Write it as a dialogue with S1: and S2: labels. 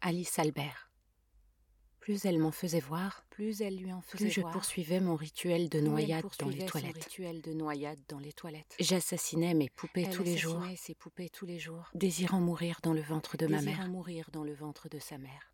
S1: Alice Albert. Plus elle m'en faisait voir,
S2: Plus elle lui en faisait
S1: plus je
S2: voir,
S1: poursuivais mon rituel de
S2: plus elle
S1: noyade dans
S2: poursuivait
S1: les
S2: son
S1: toilettes.
S2: rituel de noyade dans les toilettes.
S1: J'assassinais mes poupées
S2: Elle
S1: tous les jours,
S2: assassinait ses poupées tous les jours,
S1: désirant mourir dans le ventre de ma
S2: désirant
S1: mère.
S2: mourir dans le ventre de sa mère.